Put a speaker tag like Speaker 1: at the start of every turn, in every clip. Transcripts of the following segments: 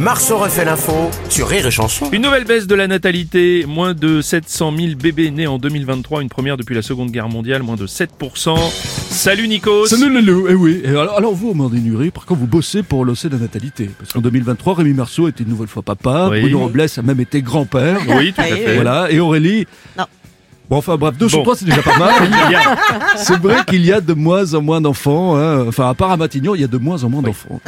Speaker 1: Marceau refait l'info sur Rire et Chanson.
Speaker 2: Une nouvelle baisse de la natalité, moins de 700 000 bébés nés en 2023, une première depuis la Seconde Guerre mondiale, moins de 7%. Salut Nikos
Speaker 3: Salut Lelou, eh oui. Et alors, alors vous, Amandine Nury, par contre, vous bossez pour l'OC de la natalité. Parce qu'en 2023, Rémi Marceau était une nouvelle fois papa,
Speaker 2: Oui.
Speaker 3: Bruno Robles a même été grand-père.
Speaker 2: Oui, tout à fait.
Speaker 3: Voilà, et Aurélie...
Speaker 4: Non.
Speaker 3: Bon, enfin bref, deux sur
Speaker 2: Bon.
Speaker 3: trois, c'est déjà pas mal.
Speaker 2: Il y a-
Speaker 3: c'est vrai qu'il y a de moins en moins d'enfants. hein. Enfin, à part à Matignon, il y a de moins en moins d'enfants.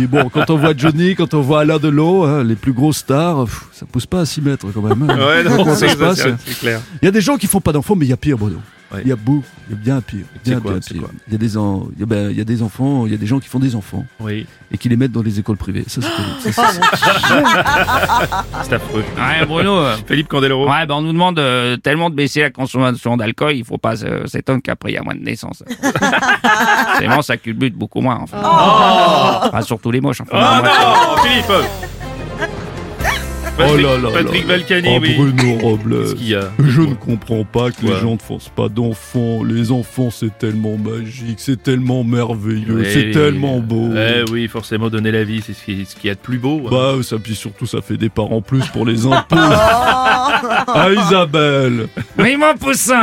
Speaker 3: Et bon, quand on voit Johnny, quand on voit Alain Delon, hein, les plus grosses stars, pff, ça pousse pas à 6 mètres quand même. hein.
Speaker 2: Ouais,
Speaker 3: Comment
Speaker 2: non, c'est
Speaker 3: ça se passe
Speaker 2: c'est- c'est clair.
Speaker 3: il y a des gens qui font pas d'enfants, mais il y a pire, Bruno.
Speaker 2: Ouais.
Speaker 3: Il y a beaucoup, il y a bien pire.
Speaker 2: C'est
Speaker 3: Bien,
Speaker 2: quoi,
Speaker 3: bien
Speaker 2: c'est
Speaker 3: pire.
Speaker 2: quoi
Speaker 3: Il y a des en- il y a, ben, il y a des enfants, il y a des gens qui font des enfants
Speaker 2: Oui,
Speaker 3: et qui les mettent dans les écoles privées. Ça, c'est terrible. Ça, c'est-
Speaker 2: c'est affreux.
Speaker 5: Ouais, Bruno. euh,
Speaker 2: Philippe Candeloro.
Speaker 5: Ouais, ben on nous demande euh, tellement de baisser la consommation d'alcool, il faut pas euh, s'étonner qu'après il y a moins de naissances. C'est bon, ça culbute beaucoup moins. Enfin. Enfin, surtout les moches. Enfin,
Speaker 2: Ah
Speaker 5: moi,
Speaker 2: non, Philippe Patrick, Patrick Balkany,
Speaker 3: Oh,
Speaker 2: oui.
Speaker 3: Bruno Robles.
Speaker 2: Qu'est-ce qu'il y a
Speaker 3: Je ne comprends pas que
Speaker 2: Quoi
Speaker 3: les gens ne fassent pas d'enfants. Les enfants, c'est tellement magique, c'est tellement merveilleux,
Speaker 2: Ouais,
Speaker 3: c'est
Speaker 2: les-
Speaker 3: tellement beau.
Speaker 2: Eh oui, forcément, donner la vie, c'est ce qui- ce qu'il y a de plus beau. hein.
Speaker 3: Bah, ça, puis surtout, ça fait des parents plus pour les impôts. ah, Isabelle
Speaker 5: ouais. Mais mon poussin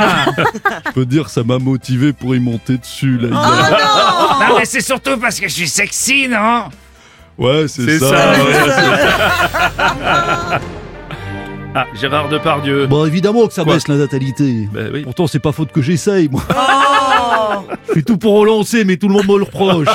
Speaker 3: Je peux dire, ça m'a motivé pour y monter dessus, là,
Speaker 2: Ah.
Speaker 3: Isabelle.
Speaker 5: Non, mais c'est surtout parce que je suis sexy, non
Speaker 3: Ouais, c'est
Speaker 2: C'est
Speaker 3: ça.
Speaker 2: ça,
Speaker 3: ouais.
Speaker 2: Ah, Gérard Depardieu.
Speaker 6: Bon, Eh ben, évidemment que ça
Speaker 2: Quoi
Speaker 6: baisse la natalité.
Speaker 2: Bah oui.
Speaker 6: Pourtant, c'est pas faute que j'essaye, moi. Je fais tout pour relancer, mais tout le monde me le reproche.